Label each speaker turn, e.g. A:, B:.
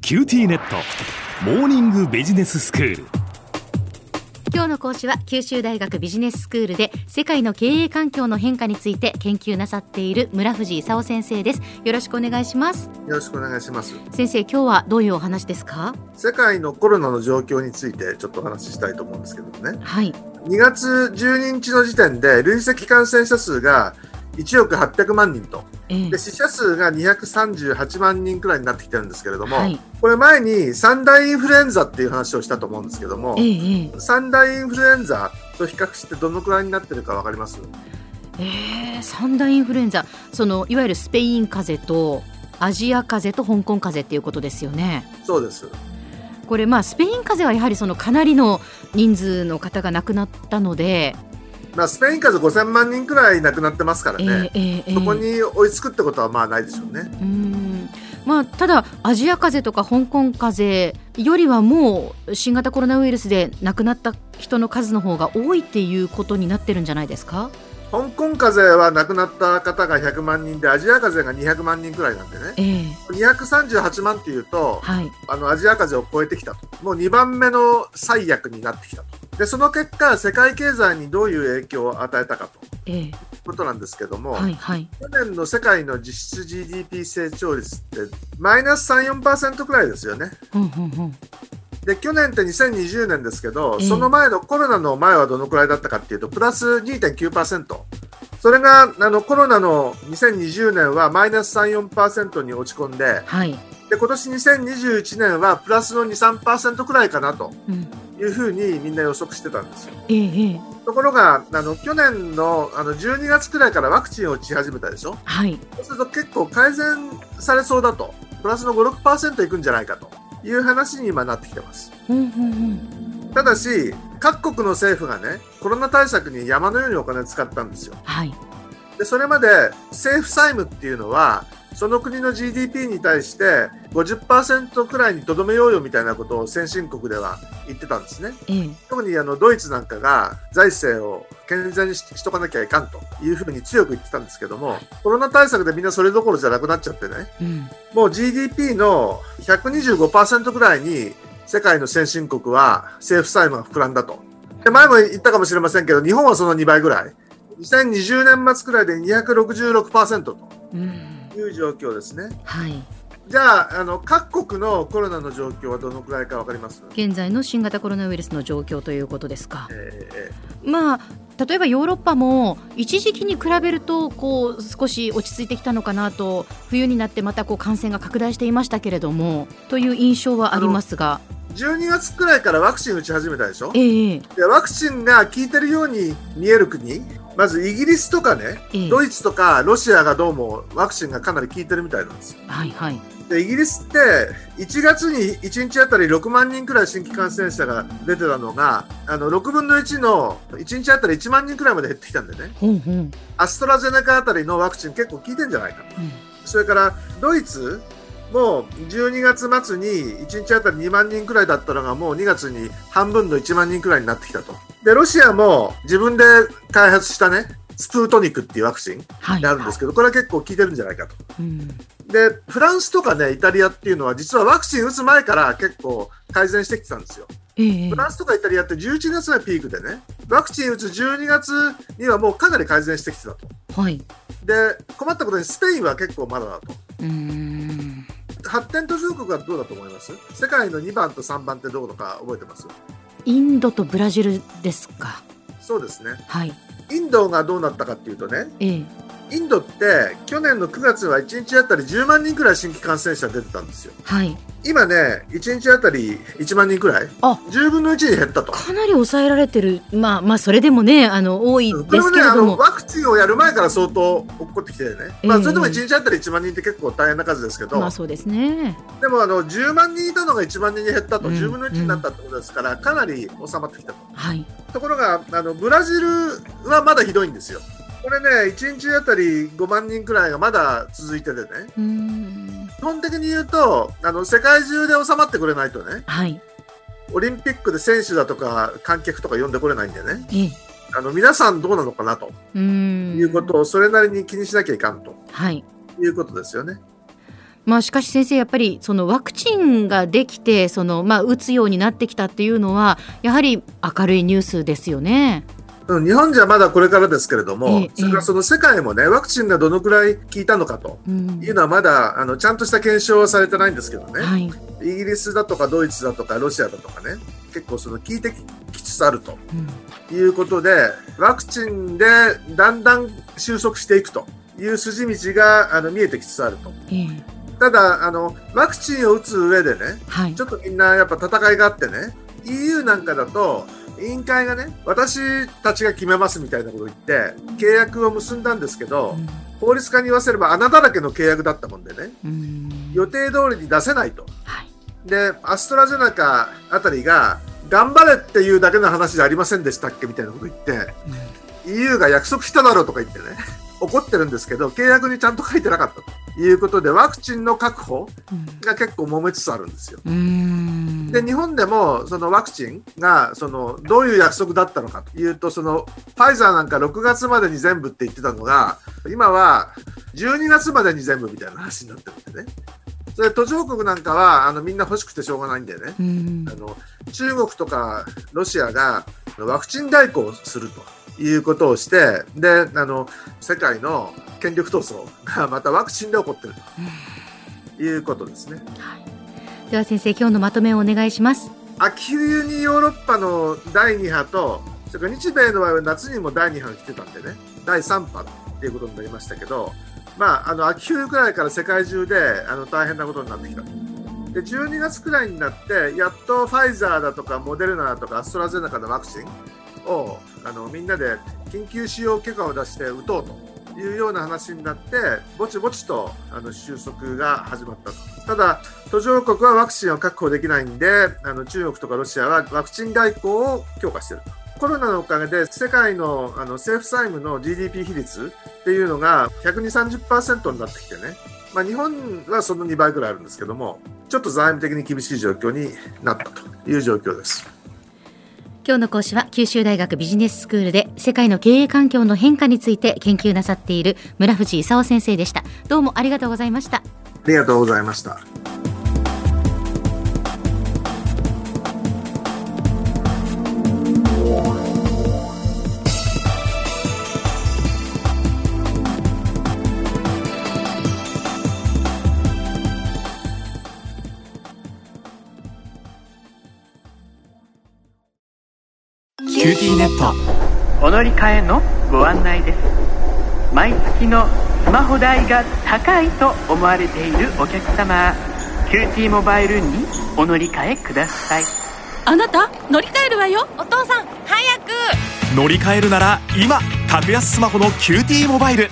A: キューティーネットモーニングビジネススクール
B: 今日の講師は九州大学ビジネススクールで世界の経営環境の変化について研究なさっている村藤勲先生ですよろしくお願いします
C: よろしくお願いします
B: 先生今日はどういうお話ですか
C: 世界のコロナの状況についてちょっとお話ししたいと思うんですけどもね
B: はい
C: 2月12日の時点で累積感染者数が1億800万人と
B: ええ
C: で死者数が238万人くらいになってきてるんですけれども、
B: はい
C: これ前に三大インフルエンザっていう話をしたと思うんですけども
B: えええ
C: 三大インフルエンザと比較してどのくらいになってるか分かります
B: ええ三大インフルエンザそのいわゆるスペイン風邪とアジア風邪と香港風邪っていうことですよね
C: そうです
B: これまあスペイン風邪はやはりそのかなりの人数の方が亡くなったので、
C: まあ、スペイン風邪5000万人くらい亡くなってますから
B: え
C: ね、
B: えええ
C: そこに追いつくってことはまあないでしょうね。
B: うーんまあ、ただ、アジア風邪とか香港風邪よりはもう新型コロナウイルスで亡くなった人の数の方が多いっていうことになってるんじゃないですか。
C: 香港風邪は亡くなった方が100万人で、アジア風邪が200万人くらいなんでね、
B: ええ
C: 238万っていうと、
B: はい
C: あのアジア風邪を超えてきたと、もう2番目の最悪になってきたと、でその結果、世界経済にどういう影響を与えたかという
B: ええ
C: ことなんですけども、
B: はいはい
C: 去年の世界の実質 GDP 成長率って、マイナス3、4%くらいですよね。
B: うんうん
C: で去年って2020年ですけど、
B: ええ
C: その前のコロナの前はどのくらいだったかっていうとプラス2.9%それがあのコロナの2020年はマイナス34%に落ち込んで
B: はい
C: で今年2021年はプラスの23%くらいかなと
B: うん
C: いうふうにみんな予測してたんですよ
B: ええええ
C: ところがあの去年のあの12月くらいからワクチンを打ち始めたでしょ
B: はい
C: そうすると結構改善されそうだとプラスの56%いくんじゃないかという話に今なってきてます
B: うんうんうん
C: ただし各国の政府がねコロナ対策に山のようにお金使ったんですよ
B: はい
C: でそれまで政府債務っていうのはその国の GDP に対して50%くらいにとどめようよみたいなことを先進国では言ってたんですね
B: ええ
C: 特にあのドイツなんかが財政を健全にししとかなきゃいかんというふうに強く言ってたんですけどもコロナ対策でみんなそれどころじゃなくなっちゃってね
B: うん
C: もう GDP の125%ぐらいに世界の先進国は政府債務が膨らんだと。で前も言ったかもしれませんけど、日本はその2倍ぐらい。2020年末くらいで266%と
B: うん
C: いう状況ですね。
B: はい
C: じゃあ、あの各国のコロナの状況はどのくらいかわかります、
B: 現在の新型コロナウイルスの状況ということですか
C: え。ーえ
B: まあ例えばヨーロッパも一時期に比べるとこう少し落ち着いてきたのかなと冬になってまたこう感染が拡大していましたけれどもという印象はありますが
C: ー12月くらいからワクチン打ち始めたでしょ
B: ええ
C: でワクチンが効いてるように見える国、まずイギリスとかね、
B: ええ
C: ドイツとかロシアがどうもワクチンがかなり効いてるみたいなんですよ
B: はいはい
C: でイギリスって1月に1日あたり6万人くらい新規感染者が出てたのがあの6分の1の1日あたり1万人くらいまで減ってきたんでね
B: ほんほん、うん、
C: アストラゼネカあたりのワクチン結構効いてんじゃないかとそれからドイツも12月末に1日あたり2万人くらいだったのがもう2月に半分の1万人くらいになってきたとでロシアも自分で開発したねスプートニクっていうワクチン
B: はい
C: であるんですけどこれは結構効いてるんじゃないかと
B: うん
C: でフランスとかねイタリアっていうのは実はワクチン打つ前から結構改善してきてたんですよ、
B: ええ
C: フランスとかイタリアって11月がピークでねワクチン打つ12月にはもうかなり改善してきてたと
B: はい
C: で困ったことにスペインは結構まだだと
B: うーん
C: 発展途上国はどうだと思います世界の2番と3番ってどうとか覚えてます
B: インドとブラジルですか
C: そうですね
B: はい
C: インドがどうなったかっていうとね
B: ええ
C: インドって去年の9月は1日あたり10万人くらい新規感染者出てたんですよ
B: はい
C: 今ね1日あたり1万人くらい
B: あ
C: 10分の1に減ったと
B: かなり抑えられてるまあまあそれでもねあの多い
C: これ
B: で
C: も
B: すけ
C: ね、
B: れ
C: あ
B: ど
C: の
B: も
C: ワクチンをやる前から相当起こってきてね、まあ、
B: ええ
C: それでも1日あたり1万人って結構大変な数ですけど、
B: まあそうですね
C: でもあの10万人いたのが1万人に減ったと、
B: うん
C: 10分の1になったってことですから、かなり収まってきたと。
B: はい
C: ところがあの、ブラジルはまだひどいんですよ。これね、1日あたり5万人くらいがまだ続いててね、
B: うーん
C: 基本的に言うと、あの世界中で収まってくれないとね、
B: はい
C: オリンピックで選手だとか観客とか呼んでこれないんでね、
B: ええ
C: あの皆さんどうなのかなと
B: うーん
C: いうことをそれなりに気にしなきゃいかんと
B: はい
C: いうことですよね。
B: まあ、しかし先生、やっぱりそのワクチンができてその、まあ、打つようになってきたっていうのはやはり明るいニュースですよね。
C: うん日本じゃまだこれからですけれども
B: ええ、
C: それからその世界もね、ワクチンがどのくらい効いたのかと
B: うん
C: いうのは、まだあのちゃんとした検証はされてないんですけどね、
B: はい
C: イギリスだとかドイツだとかロシアだとかね、結構その効いてきつつあると
B: うん
C: いうことで、ワクチンでだんだん収束していくという筋道があの見えてきつつあると。
B: ええ
C: ただあの、ワクチンを打つ上でね、
B: はい
C: ちょっとみんなやっぱ戦いがあってね、EU なんかだと、委員会がね、私たちが決めますみたいなことを言って、契約を結んだんですけど、法律家に言わせれば穴だらけの契約だったもんでね、
B: うんうん
C: 予定通りに出せないと。
B: はい
C: で、アストラゼネカあたりが、頑張れっていうだけの話じゃありませんでしたっけみたいなこと言って、
B: うん
C: EU が約束しただろうとか言ってね、怒ってるんですけど、契約にちゃんと書いてなかったということで、ワクチンの確保が結構揉めつつあるんですよ。
B: うん
C: で日本でもそのワクチンがそのどういう約束だったのかというとそのファイザーなんか6月までに全部って言ってたのが今は12月までに全部みたいな話になってるんでねそれ途上国なんかはあのみんな欲しくてしょうがないんだよね
B: うん
C: あの中国とかロシアがワクチン代行をするということをしてであの世界の権力闘争がまたワクチンで起こってるということですね。
B: では先生今日のまとめをお願いします。
C: 秋冬にヨーロッパの第2波と、それから日米の場合は夏にも第2波が来てたんでね、第3波っていうことになりましたけど、まあ、あの秋冬くらいから世界中であの大変なことになってきた。で12月くらいになって、やっとファイザーだとかモデルナだとかアストラゼネカのワクチンをあのみんなで緊急使用許可を出して打とうというような話になって、ぼちぼちとあの収束が始まったと。ただ、途上国はワクチンを確保できないんで、あの中国とかロシアはワクチン外交を強化している。コロナのおかげで世界のあの政府債務の GDP 比率っていうのが120、30%になってきてね、まあ、日本はその2倍ぐらいあるんですけども、ちょっと財務的に厳しい状況になったという状況です。
B: 今日の講師は九州大学ビジネススクールで世界の経営環境の変化について研究なさっている村藤勲先生でした。どうもありがとうございました。
C: ありがとうございました。
D: キューティーネット
E: お乗り換えのご案内です毎月のスマホ代が高いと思われているお客様 QT モバイルにお乗り換えください
F: あなた乗り換えるわよお父さん早く
D: 乗り換えるなら今格安スマホの QT モバイル